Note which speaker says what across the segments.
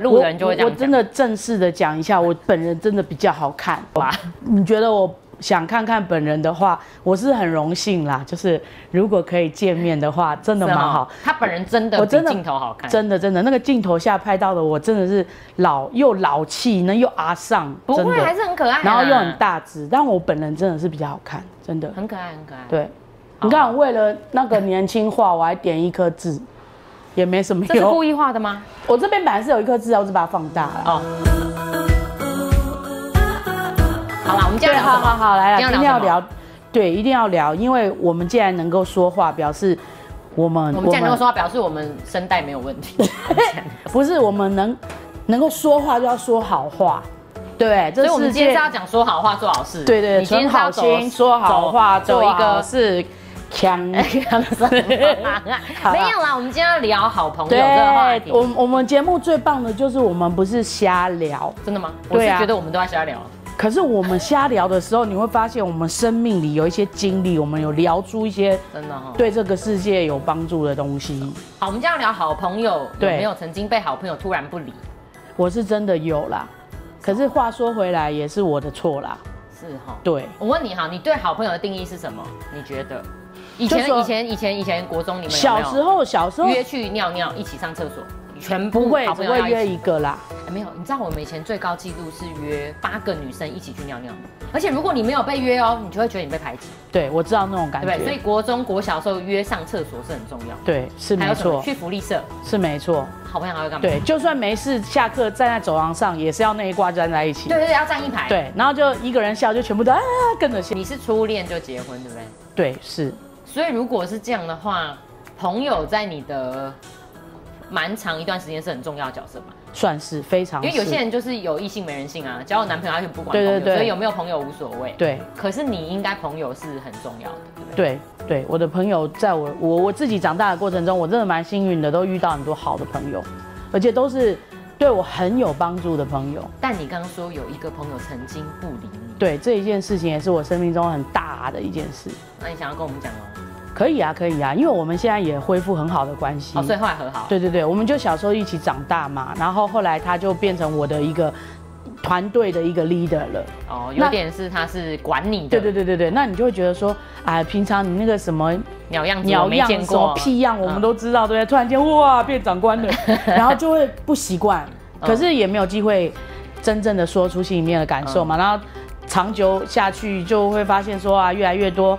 Speaker 1: 路人就会这样
Speaker 2: 我我
Speaker 1: 讲
Speaker 2: 真的正式的讲一下，我本人真的比较好看吧？你觉得我想看看本人的话，我是很荣幸啦，就是如果可以见面的话，真的
Speaker 1: 是哦哎
Speaker 2: 蛮
Speaker 1: 吗
Speaker 2: 好。
Speaker 1: 他本人真的
Speaker 2: 我
Speaker 1: 比
Speaker 2: 真的
Speaker 1: 镜头好看，
Speaker 2: 真的真的，那个镜头下拍到的我真的是老又老气，那又阿尚，
Speaker 1: 不
Speaker 2: 真
Speaker 1: 会
Speaker 2: 的
Speaker 1: 还是很可爱啊，
Speaker 2: 然后又很大只，但我本人真的是比较好看，真的。
Speaker 1: 很可爱，很可爱。，
Speaker 2: 对，你看我为了那个年轻化，我还点一颗痣，也没什么
Speaker 1: 这是
Speaker 2: 用
Speaker 1: 故。意画的吗？
Speaker 2: 我这边本来是有一颗痣啊，我只把它放大了。
Speaker 1: 哦。好啦，我们今天
Speaker 2: 对，
Speaker 1: 聊
Speaker 2: 好
Speaker 1: 什
Speaker 2: 好
Speaker 1: 么？
Speaker 2: 好，来了，
Speaker 1: 今
Speaker 2: 一
Speaker 1: 天
Speaker 2: 定
Speaker 1: 要
Speaker 2: 要
Speaker 1: 聊什么
Speaker 2: 聊，对，一定要聊，因为我们既然能够说话，表示我们
Speaker 1: 我们既然能够说话，表示我们声带没有问题。
Speaker 2: 不是我们能能够说话就要说好话，对，
Speaker 1: 所
Speaker 2: 这
Speaker 1: 以我们
Speaker 2: 世
Speaker 1: 今天
Speaker 2: 界
Speaker 1: 是要讲说好话做好事。
Speaker 2: 对对，
Speaker 1: 你今天
Speaker 2: 存
Speaker 1: 是要
Speaker 2: 好
Speaker 1: 走
Speaker 2: 心说好话，
Speaker 1: 走
Speaker 2: 做
Speaker 1: 走一
Speaker 2: 一
Speaker 1: 个
Speaker 2: 个是 强。好
Speaker 1: 没有啦，我们今天要聊好朋友这
Speaker 2: 对
Speaker 1: 个话，题。
Speaker 2: 我我们节目最棒的就是我们不是瞎聊，
Speaker 1: 真的吗？我是
Speaker 2: 对啊
Speaker 1: 觉得我们都在瞎聊。
Speaker 2: 可是我们瞎聊的时候，你会发现我们生命里有一些经历，我们有聊出一些
Speaker 1: 真的哈、哦，
Speaker 2: 对这个世界有帮助的东西。
Speaker 1: 好，我们今天要聊好朋友有
Speaker 2: 对
Speaker 1: 没有曾经被好朋友突然不理？
Speaker 2: 我是真的有啦，可是话说回来，也是我的错啦。
Speaker 1: 是哈、哦。
Speaker 2: 对，
Speaker 1: 我问你哈，你对好朋友的定义是什么？你觉得？以前
Speaker 2: 就说
Speaker 1: 以前以前以前国中你们有没
Speaker 2: 小
Speaker 1: 有
Speaker 2: 时候小时候
Speaker 1: 约去尿尿，一起上厕所，全部
Speaker 2: 不会
Speaker 1: 好
Speaker 2: 只
Speaker 1: 朋友
Speaker 2: 会
Speaker 1: 要
Speaker 2: 约
Speaker 1: 一起。
Speaker 2: 一个啦，
Speaker 1: 哎没有，你知道我们以前最高纪录是约八个女生一起去尿尿，而且如果你没有被约哦，你就会觉得你被排挤，
Speaker 2: 对我知道那种
Speaker 1: 对
Speaker 2: 感
Speaker 1: 不对？所以
Speaker 2: 觉。
Speaker 1: 国中国小的时候约上厕所是很重要。
Speaker 2: 对，是
Speaker 1: 还有
Speaker 2: 没
Speaker 1: 什么？
Speaker 2: 错，
Speaker 1: 去福利社，
Speaker 2: 是没错。
Speaker 1: 好朋友还会干嘛？
Speaker 2: 对，就算没事，下课站在走廊上也是要那一挂站在一起。
Speaker 1: 对对对，要站一排。，
Speaker 2: 对，然后就一个人笑，就全部都啊跟着笑。
Speaker 1: 你是初恋就结婚，对不对？
Speaker 2: 对，是
Speaker 1: 所以如果是这样的话，朋友在你的蛮长一段时间是很重要的角色嘛，
Speaker 2: 算是非常
Speaker 1: 因
Speaker 2: 是。
Speaker 1: 为有些人就是有异性没人性啊，交了男朋友他就不管朋
Speaker 2: 哦对
Speaker 1: 友，
Speaker 2: 对对
Speaker 1: 所以有没有朋友无所谓。
Speaker 2: 对
Speaker 1: 可是你应该朋友是很重要的，对不对？
Speaker 2: 对对，我的朋友在我我我自己长大的过程中，我真的蛮幸运的，都遇到很多好的朋友，而且都是对我很有帮助的朋友。
Speaker 1: 但你刚刚说有一个朋友曾经不理你，
Speaker 2: 对这一件事情，也是我生命中很大的一件事。
Speaker 1: 那你想要跟我们讲哦？
Speaker 2: 可以啊，可以啊，因为我们现在也恢复很好的关系。
Speaker 1: 哦，所以后来和好。
Speaker 2: 对对对，我们就小时候一起长大嘛，然后后来他就变成我的一个团队的一个 leader 了。
Speaker 1: 哦，有点是他是管你的，
Speaker 2: 对对对对对，那你就会觉得说，哎，平常你那个什么
Speaker 1: 鸟样子我
Speaker 2: 鸟
Speaker 1: 没
Speaker 2: 样、
Speaker 1: 见
Speaker 2: 什么
Speaker 1: 过，
Speaker 2: 屁样，我
Speaker 1: 嗯
Speaker 2: 们都知道，对不对？突然间哇，变长 官了，然后就会不习惯，
Speaker 1: 嗯
Speaker 2: 可是也没有机会真正的说出心里面的感受
Speaker 1: 嗯
Speaker 2: 嘛。然后长久下去，就会发现说啊，越来越多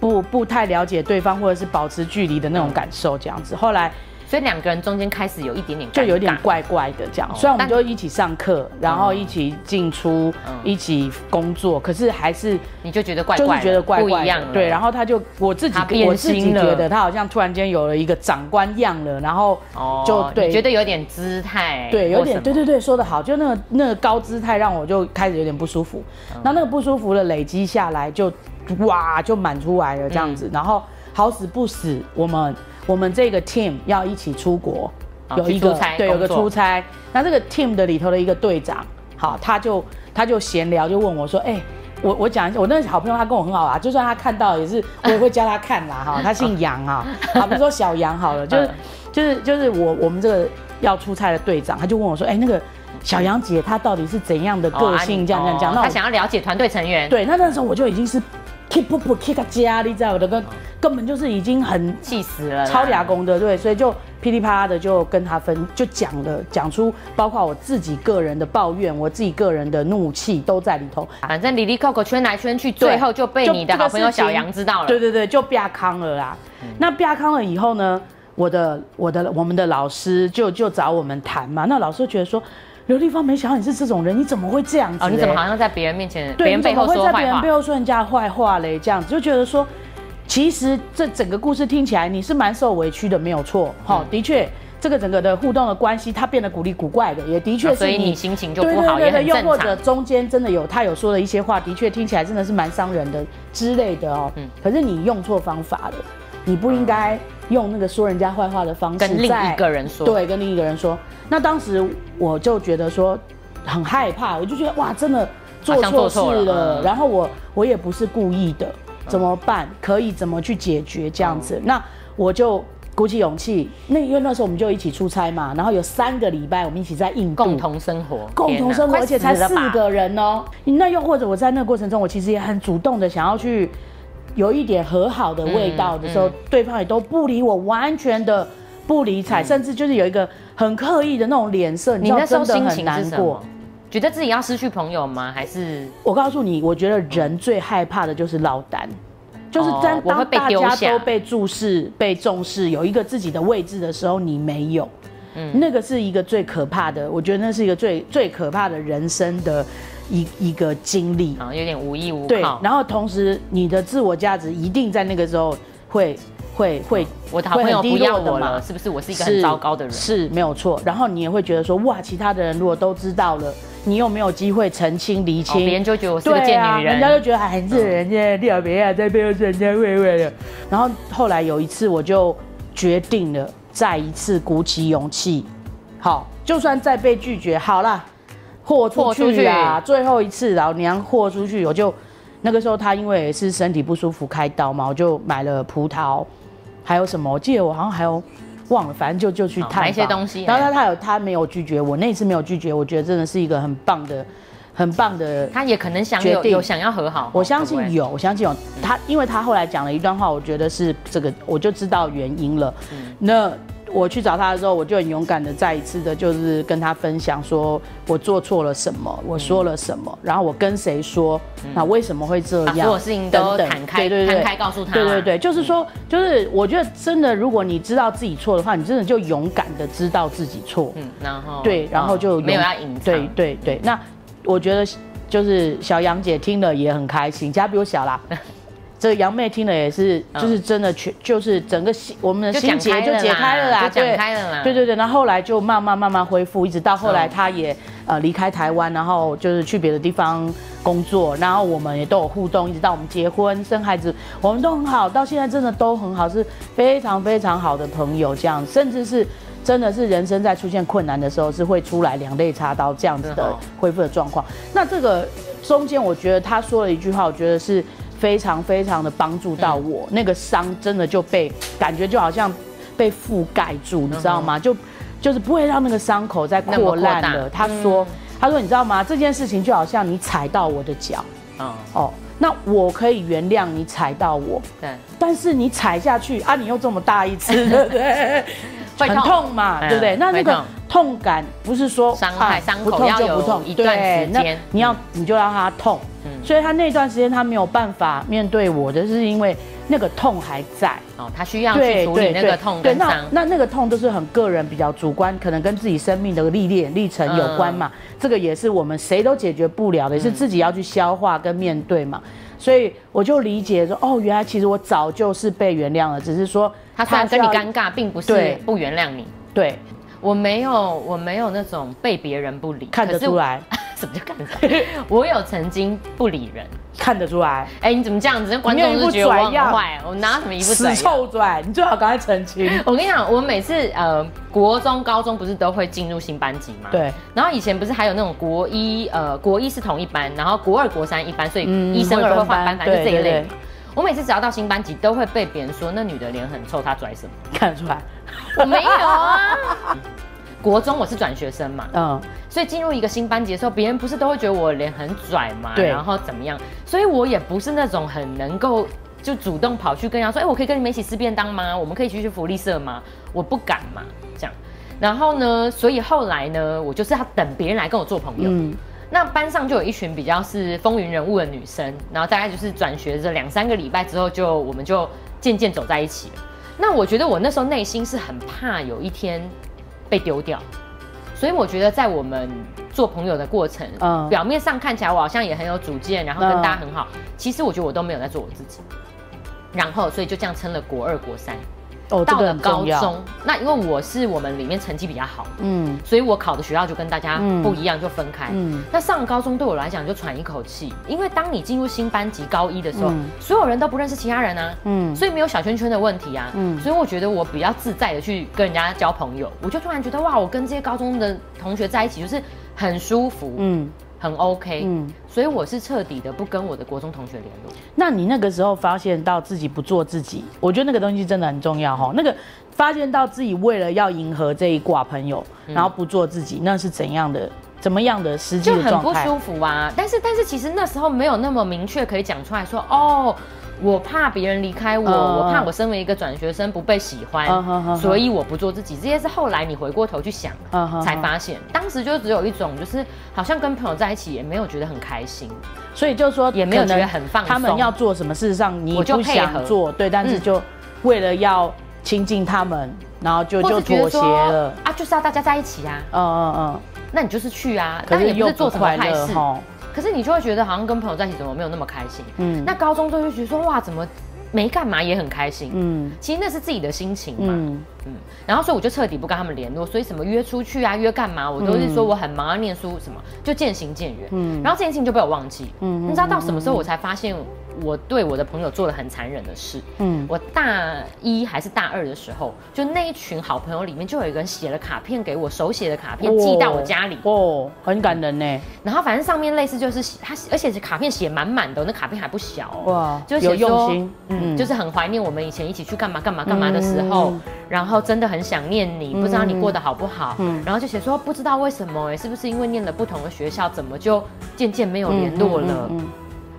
Speaker 2: 不不太了解对方，或者是保持距离的那种感受，这样
Speaker 1: 嗯
Speaker 2: 子。后来
Speaker 1: 所以两个人中间开始有一点点
Speaker 2: 就有点
Speaker 1: 尴尬
Speaker 2: 怪怪的这样
Speaker 1: 哦。
Speaker 2: 虽然我
Speaker 1: 但
Speaker 2: 们就一起上课，然后一起进出
Speaker 1: 嗯，
Speaker 2: 一起工作，可是还是。
Speaker 1: 你就觉得怪怪
Speaker 2: 就
Speaker 1: 的，
Speaker 2: 是觉得怪怪
Speaker 1: 不一样了
Speaker 2: 的，对，然后他就我自己
Speaker 1: 他变心了
Speaker 2: 我自己觉得他好像突然间有了一个长官样了，然后
Speaker 1: 哦，
Speaker 2: 就对
Speaker 1: 你觉得有点姿态，
Speaker 2: 对有
Speaker 1: 或
Speaker 2: 点
Speaker 1: 什
Speaker 2: 对
Speaker 1: 么
Speaker 2: 对对说得好，就那个那个高姿态让我就开始有点不舒服，
Speaker 1: 嗯
Speaker 2: 那那个不舒服的累积下来就哇就满出来了这样
Speaker 1: 嗯
Speaker 2: 子，然后好死不死我们我们这个 team 要一起出国
Speaker 1: 哦，
Speaker 2: 有
Speaker 1: 去
Speaker 2: 一个
Speaker 1: 出差
Speaker 2: 对有个
Speaker 1: 工作
Speaker 2: 出差，那这个 team 的里头的一个队长，好他就他就闲聊就问我说，哎、我我讲一下，我那个好朋友他跟我很好啊，就算他看到也是，我也会叫他看啦哈。他姓杨啊，好，比如说小杨好了，就是
Speaker 1: 嗯
Speaker 2: 就是就是我我们这个要出差的队长，他就问我说，哎、那个小杨姐她到底是怎样的
Speaker 1: 哦
Speaker 2: 个
Speaker 1: 啊你
Speaker 2: 性？这样这样这样，
Speaker 1: 哦
Speaker 2: 那
Speaker 1: 他
Speaker 2: 我
Speaker 1: 想要了解团队成员，，
Speaker 2: 对，那那时候我就已经是 keep 不不 keep 家，你知道我的根
Speaker 1: 嗯
Speaker 2: 根本就是已经很
Speaker 1: 气死了啦，
Speaker 2: 超俩功的，对，所以就噼里啪啦的就跟他分，就讲了，讲出包括我自己个人的抱怨，我自己个人的怒气都在里头。
Speaker 1: 反正里里扣扣圈来圈去，
Speaker 2: 对
Speaker 1: 最后就被
Speaker 2: 就
Speaker 1: 你的
Speaker 2: 这个
Speaker 1: 好朋友
Speaker 2: 事情
Speaker 1: 小杨知道了，嗯
Speaker 2: 对对对，就啪康了啦。那啪康了以后呢，我的我的我们的老师就就找我们谈嘛，那老师就觉得说，刘立芳，没想到你是这种人，你怎么会这样子、
Speaker 1: 哦，你怎么
Speaker 2: 欸
Speaker 1: 好像在别人面前，别
Speaker 2: 对，
Speaker 1: 人
Speaker 2: 你怎
Speaker 1: 背
Speaker 2: 么
Speaker 1: 后
Speaker 2: 会
Speaker 1: 说
Speaker 2: 在别
Speaker 1: 坏
Speaker 2: 人
Speaker 1: 话
Speaker 2: 背？后说人家的坏话嘞？这样子就觉得说，其实这整个故事听起来你是蛮受委屈的，没有错。好、
Speaker 1: 嗯
Speaker 2: 的确，这个整个的互动的关系，它变得古里古怪的，也的确
Speaker 1: 啊
Speaker 2: 是
Speaker 1: 所以你心情就不好
Speaker 2: 对对对对，
Speaker 1: 也
Speaker 2: 又
Speaker 1: 很正
Speaker 2: 或
Speaker 1: 常
Speaker 2: 者中间真的有他有说的一些话，的确听起来真的是蛮伤人的之类的哦。
Speaker 1: 嗯
Speaker 2: 可是你用错方法了，你不应该用那个说人家坏话的方式
Speaker 1: 跟另一
Speaker 2: 在
Speaker 1: 个人说，，
Speaker 2: 对，跟另一个人说。那当时我就觉得说很害怕，我就觉得哇，真的做
Speaker 1: 像
Speaker 2: 错
Speaker 1: 做
Speaker 2: 事
Speaker 1: 错
Speaker 2: 了。
Speaker 1: 了嗯
Speaker 2: 然后我我
Speaker 1: 哦
Speaker 2: 也不是故意的，怎么办？可以怎么去解决这样子？那我就鼓起勇气，那因为那时候我们就一起出差嘛，然后有三个礼拜我们一起在印度
Speaker 1: 共同生活，
Speaker 2: 共同生活，
Speaker 1: 天哪
Speaker 2: 而且才四，
Speaker 1: 快死了吧
Speaker 2: 个人哦。那又或者我在那个过程中，我其实也很主动的想要去有一点和好的味道的时候，
Speaker 1: 嗯
Speaker 2: 对方也都不理我，完全的不理睬，甚至就是有一个很刻意的那种脸色，你
Speaker 1: 嗯你
Speaker 2: 知道
Speaker 1: 那时候
Speaker 2: 真
Speaker 1: 心
Speaker 2: 的很
Speaker 1: 情是
Speaker 2: 难
Speaker 1: 什
Speaker 2: 过
Speaker 1: 么。？觉得自己要失去朋友吗？还是
Speaker 2: 我告诉你，我觉得人最害怕的就是落单，就是
Speaker 1: 哦
Speaker 2: 当
Speaker 1: 我会
Speaker 2: 当
Speaker 1: 被
Speaker 2: 大
Speaker 1: 丢
Speaker 2: 家
Speaker 1: 下
Speaker 2: 都被注视、被重视，有一个自己的位置的时候，你没有，
Speaker 1: 嗯
Speaker 2: 那个是一个最可怕的，我觉得那是一个最最可怕的人生的一一个经历。
Speaker 1: 啊，有点无依无
Speaker 2: 对，
Speaker 1: 靠？
Speaker 2: 然后同时你的自我价值一定在那个时候会会会，
Speaker 1: 哦我的好朋友
Speaker 2: 会
Speaker 1: 不
Speaker 2: 很低
Speaker 1: 要
Speaker 2: 落的
Speaker 1: 我
Speaker 2: 嘛
Speaker 1: 了，是不是？我是一个很糟糕的人。哦
Speaker 2: 是没有错。然后你也会觉得说，哇，其他的人如果都知道了，你又没有机会澄清厘
Speaker 1: 哦别
Speaker 2: 清
Speaker 1: 人。就觉得我是
Speaker 2: 对
Speaker 1: 个贱
Speaker 2: 啊，
Speaker 1: 女人，嗯
Speaker 2: 人家就觉得哎，这人家啊廖别亚在背后说人家会会的。然后后来有一次，我就决定了，再一次鼓起勇气，好，就算再被拒绝，好啦，豁出去
Speaker 1: 豁
Speaker 2: 啦，最后一次老娘豁出去，我就那个时候他因为是身体不舒服开刀嘛，我就买了葡萄，还有什么，我记得我好像还有。忘了，反正就就去
Speaker 1: 好哦
Speaker 2: 探
Speaker 1: 买一些
Speaker 2: 访
Speaker 1: 东西哎
Speaker 2: 然后他他有他没有拒绝我，那一次没有拒绝，我觉得真的是一个很棒的、很棒的
Speaker 1: 他也可能想
Speaker 2: 决
Speaker 1: 有
Speaker 2: 定
Speaker 1: 有想要和好，
Speaker 2: 我相
Speaker 1: 会不
Speaker 2: 信
Speaker 1: 会
Speaker 2: 有，我相信有。他因为他后来讲了一段话，我觉得是这个，我就知道原因了。
Speaker 1: 嗯
Speaker 2: 那我去找他的时候，我就很勇敢的再一次的，就是跟他分享说我做错了什么，我说
Speaker 1: 嗯
Speaker 2: 了什么，然后我跟谁说，那为什么会这
Speaker 1: 把
Speaker 2: 样？
Speaker 1: 所有事情都
Speaker 2: 等等
Speaker 1: 坦开
Speaker 2: 对对对
Speaker 1: 摊开告诉他嗯
Speaker 2: 对对对，就是说，就是我觉得真的，如果你知道自己错的话，你真的就勇敢的知道自己错。
Speaker 1: 嗯，然后
Speaker 2: 对，然后就
Speaker 1: 哦
Speaker 2: 有
Speaker 1: 没有要隐藏，
Speaker 2: 对对
Speaker 1: 嗯
Speaker 2: 对，那我觉得就是小杨姐听了也很开心，家比 我小啦。这个杨妹听了也是，
Speaker 1: 嗯
Speaker 2: 就是真的全，就是整个心我们的
Speaker 1: 就
Speaker 2: 心
Speaker 1: 讲
Speaker 2: 结
Speaker 1: 开
Speaker 2: 就
Speaker 1: 了
Speaker 2: 解
Speaker 1: 啦
Speaker 2: 开了啦，
Speaker 1: 就讲
Speaker 2: 对
Speaker 1: 开了啦
Speaker 2: 对对对，然后后来就慢慢慢慢恢复，一直到后来
Speaker 1: 嗯
Speaker 2: 她也呃离开台湾，然后就是去别的地方工作，然后我们也都有互动，一直到我们结婚生孩子，我们都很好，到现在真的都很好，是非常非常好的朋友，这样，甚至是真的是人生在出现困难的时候，是会出来两肋插刀这样子
Speaker 1: 真的
Speaker 2: 的
Speaker 1: 哦
Speaker 2: 恢复的状况。那这个中间，我觉得他说了一句话，我觉得是非常非常的帮助到
Speaker 1: 嗯
Speaker 2: 我，那个伤真的就被感觉就好像被覆盖住，你知道吗？就就是不会让那个伤口再
Speaker 1: 嗯那么
Speaker 2: 扩
Speaker 1: 扩
Speaker 2: 烂
Speaker 1: 大
Speaker 2: 了。他说
Speaker 1: 嗯，
Speaker 2: 他说你知道吗？这件事情就好像你踩到我的脚
Speaker 1: 嗯，
Speaker 2: 哦，那我可以原谅你踩到我，
Speaker 1: 对，
Speaker 2: 但是你踩下去啊，你又这么大一 次，对不对？
Speaker 1: 会
Speaker 2: 很
Speaker 1: 痛
Speaker 2: 痛嘛，
Speaker 1: 嗯
Speaker 2: 对不对？那那
Speaker 1: 会
Speaker 2: 个
Speaker 1: 痛
Speaker 2: 痛感不是说
Speaker 1: 伤害
Speaker 2: 啊
Speaker 1: 伤口
Speaker 2: 不痛
Speaker 1: 要
Speaker 2: 就
Speaker 1: 有
Speaker 2: 不痛，
Speaker 1: 一段时间嗯
Speaker 2: 对那你要你就让它痛。所以他那段时间他没有办法面对我的，是因为那个痛还在。
Speaker 1: 哦，他需要去处理那个痛
Speaker 2: 对，
Speaker 1: 跟
Speaker 2: 那
Speaker 1: 伤，
Speaker 2: 那那个痛都是很个人比较主观，可能跟自己生命的历练历程有关嘛。
Speaker 1: 嗯
Speaker 2: 这个也是我们谁都解决不了的，也是自己要去消化跟面对嘛。所以我就理解说，哦，原来其实我早就是被原谅了，只是说
Speaker 1: 他虽然跟你
Speaker 2: 需要
Speaker 1: 尴尬，并不
Speaker 2: 对
Speaker 1: 是不原谅你。
Speaker 2: 对
Speaker 1: 我没有，我没有那种被别人不理，
Speaker 2: 看得出来，
Speaker 1: 什么叫看得出来？ 我有曾经不理人。
Speaker 2: 看得出来，
Speaker 1: 哎、你怎么这样子？那观
Speaker 2: 你有
Speaker 1: 众
Speaker 2: 一
Speaker 1: 就
Speaker 2: 副
Speaker 1: 觉得我
Speaker 2: 拽
Speaker 1: 很
Speaker 2: 样
Speaker 1: 坏，我拿什么一副
Speaker 2: 死
Speaker 1: 拽样？
Speaker 2: 臭拽，你最好赶快澄清。
Speaker 1: 我跟你讲，我每次呃，国中、高中不是都会进入新班级吗？。
Speaker 2: 对，
Speaker 1: 然后以前不是还有那种国一，呃，国一是同一班，然后国二、国三一班，所以
Speaker 2: 嗯
Speaker 1: 一升二会换班，
Speaker 2: 会分班
Speaker 1: 反正就这一
Speaker 2: 对对
Speaker 1: 类
Speaker 2: 对。
Speaker 1: 我每次只要到新班级，都会被别人说那女的脸很臭，她拽 什么？
Speaker 2: 看得出来，
Speaker 1: 我没有啊。国中我是转学生嘛，
Speaker 2: 嗯，
Speaker 1: 所以进入一个新班级的时候，别人不是都会觉得我脸很拽嘛，
Speaker 2: 对
Speaker 1: 然后怎么样？所以我也不是那种很能够就主动跑去跟人家说，哎、我可以跟你们一起吃便当吗？我们可以一起去福利社吗？我不敢嘛，这样。然后呢，所以后来呢，我就是要等别人来跟我做朋友。
Speaker 2: 嗯
Speaker 1: 那班上就有一群比较是风云人物的女生，然后大概就是转学这两三个礼拜之后就，我们就渐渐走在一起了。那我觉得我那时候内心是很怕有一天被丢掉，所以我觉得在我们做朋友的过程，
Speaker 2: 嗯
Speaker 1: 表面上看起来我好像也很有主见，然后跟
Speaker 2: 嗯
Speaker 1: 大家很好，其实我觉得我都没有在做我自己。然后，所以就这样撑了国二、国三，
Speaker 2: 哦，这
Speaker 1: 到
Speaker 2: 个
Speaker 1: 了
Speaker 2: 很
Speaker 1: 高
Speaker 2: 重要，
Speaker 1: 中，那因为我是我们里面成绩比较好的，
Speaker 2: 嗯
Speaker 1: 所以我考的学校就跟大家
Speaker 2: 嗯
Speaker 1: 不一样，就分开。
Speaker 2: 嗯
Speaker 1: 那上高中对我来讲就喘一口气，因为当你进入新班级高一的时候，
Speaker 2: 嗯
Speaker 1: 所有人都不认识其他人啊，
Speaker 2: 嗯，
Speaker 1: 所以没有小圈圈的问题啊。
Speaker 2: 嗯
Speaker 1: 所以我觉得我比较自在的去跟人家交朋友，我就突然觉得哇，我跟这些高中的同学在一起就是很舒服，
Speaker 2: 嗯
Speaker 1: 很 OK。
Speaker 2: 嗯。
Speaker 1: 所以我是彻底的不跟我的国中同学联络，
Speaker 2: 那你那个时候发现到自己不做自己，我觉得那个东西真的很重要哈。那个发现到自己为了要迎合这一卦朋友，
Speaker 1: 嗯
Speaker 2: 然后不做自己，那是怎样的？怎么样的实际
Speaker 1: 就
Speaker 2: 的
Speaker 1: 很
Speaker 2: 状
Speaker 1: 不
Speaker 2: 态？
Speaker 1: 舒服啊。但是但是其实那时候没有那么明确可以讲出来说，哦，我怕别人离开我，
Speaker 2: 嗯
Speaker 1: 我怕我身为一个转学生不被喜欢，
Speaker 2: 嗯哼哼
Speaker 1: 所以我不做自己。这些是后来你回过头去想、
Speaker 2: 嗯哼哼
Speaker 1: 才发现，当时就只有一种就是好像跟朋友在一起也没有觉得很开心，
Speaker 2: 所以就说
Speaker 1: 也没有
Speaker 2: 可能
Speaker 1: 觉得很放松
Speaker 2: 他们要做什么，事实上你
Speaker 1: 我就
Speaker 2: 不
Speaker 1: 配合
Speaker 2: 想做，对，但是
Speaker 1: 嗯
Speaker 2: 就为了要亲近他们，然后就
Speaker 1: 或
Speaker 2: 就是
Speaker 1: 觉
Speaker 2: 妥
Speaker 1: 得
Speaker 2: 协
Speaker 1: 说
Speaker 2: 了。
Speaker 1: 啊，就是要大家在一起啊，
Speaker 2: 嗯嗯嗯，
Speaker 1: 那你就是去啊，
Speaker 2: 可
Speaker 1: 但
Speaker 2: 是
Speaker 1: 也不
Speaker 2: 又
Speaker 1: 是做
Speaker 2: 不
Speaker 1: 什么
Speaker 2: 快
Speaker 1: 坏
Speaker 2: 乐
Speaker 1: 事。
Speaker 2: 哈。
Speaker 1: 可是你就会觉得好像跟朋友在一起怎么没有那么开心？
Speaker 2: 嗯
Speaker 1: 嗯，那高中之后就觉得说哇，怎么没干嘛也很开心？
Speaker 2: 嗯
Speaker 1: 嗯，其实那是自己的心情嘛。嗯
Speaker 2: 嗯，
Speaker 1: 然后所以我就彻底不跟他们联络，所以什么约出去啊、约干嘛，我都是说我很忙要念书什么，就渐行渐远。嗯，然后这件事情就被我忘记。嗯，你知道到什么时候我才发现我对我的朋友做了很残忍的事？
Speaker 2: 嗯
Speaker 1: 嗯，我大一还是大二的时候，就那一群好朋友里面就有一个人写了卡片给我，手写的卡片寄到我家里。
Speaker 2: 哦，很感人呢。
Speaker 1: 然后反正上面类似就是写他，而且是卡片写满满的哦，那卡片还不小哦。
Speaker 2: 哇
Speaker 1: 就
Speaker 2: 有
Speaker 1: 写说
Speaker 2: 用心
Speaker 1: 嗯，
Speaker 2: 嗯
Speaker 1: 就是很怀念我们以前一起去干嘛干嘛干嘛的时候，
Speaker 2: 嗯
Speaker 1: 然后真的很想念你，不知道你过得好不好，
Speaker 2: 嗯
Speaker 1: 然后就写说不知道为什么哎，是不是因为念了不同的学校，怎么就渐渐没有联络了？
Speaker 2: 嗯嗯嗯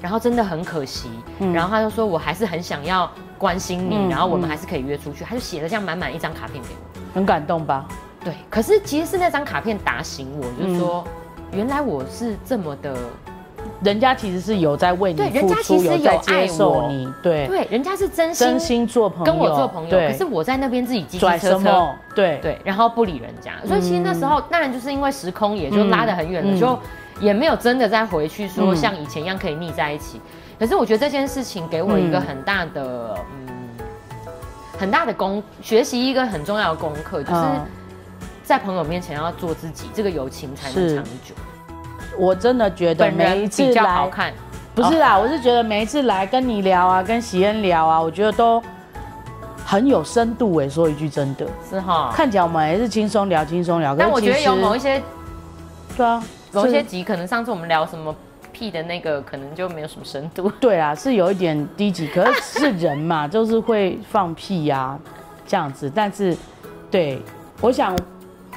Speaker 1: 然后真的很可惜，然后他就说我还是很想要关心你，
Speaker 2: 嗯
Speaker 1: 然后我们还是可以约出去，他就写了这样满满一张卡片给我。
Speaker 2: 很感动吧？
Speaker 1: 对，可是其实是那张卡片打醒我，就是说，
Speaker 2: 嗯
Speaker 1: 原来我是这么的，
Speaker 2: 人家其实是有在为你
Speaker 1: 对人
Speaker 2: 付
Speaker 1: 家
Speaker 2: 出，
Speaker 1: 其实
Speaker 2: 有在
Speaker 1: 有爱
Speaker 2: 接受
Speaker 1: 我
Speaker 2: 你，对，
Speaker 1: 对，人家是真心
Speaker 2: 真心做朋友，
Speaker 1: 跟我做朋友，
Speaker 2: 对
Speaker 1: 可是我在那边自己叽叽
Speaker 2: 拽
Speaker 1: 车
Speaker 2: 什
Speaker 1: 车，
Speaker 2: 么？对，
Speaker 1: 对，然后不理人家，所以其实那时候当然就是因为时空也就拉得很远了，
Speaker 2: 嗯
Speaker 1: 就也没有真的再回去说
Speaker 2: 嗯
Speaker 1: 像以前一样可以腻在一起。可是我觉得这件事情给我一个
Speaker 2: 嗯
Speaker 1: 很大的，嗯，很大的功，学习一个很重要的功课，就是
Speaker 2: 嗯
Speaker 1: 在朋友面前要做自己，这个友情才能
Speaker 2: 是
Speaker 1: 长久。
Speaker 2: 我真的觉得
Speaker 1: 本
Speaker 2: 每
Speaker 1: 人
Speaker 2: 一次
Speaker 1: 比较好
Speaker 2: 来，
Speaker 1: 看，哦
Speaker 2: 不是啦，我是觉得每一次来跟你聊啊，跟喜恩聊啊，我觉得都很有深度诶。说一句真的，
Speaker 1: 是哈。
Speaker 2: 看起来我们也是轻松聊，轻松聊。
Speaker 1: 哦但我觉
Speaker 2: 可
Speaker 1: 得
Speaker 2: 是其实
Speaker 1: 有某一些
Speaker 2: 对啊，
Speaker 1: 某一些
Speaker 2: 是
Speaker 1: 集，可能上次我们聊什么屁的那个，可能就没有什么深度。
Speaker 2: 对啊，是有一点低级，可是是人嘛， 就是会放屁呀、这样子。但是，对，我想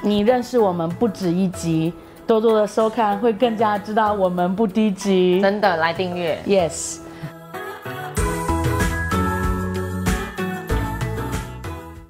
Speaker 2: 你认识我们不止一集，多多的收看会更加知道我们不低级。
Speaker 1: 真的来订阅。
Speaker 2: Yes，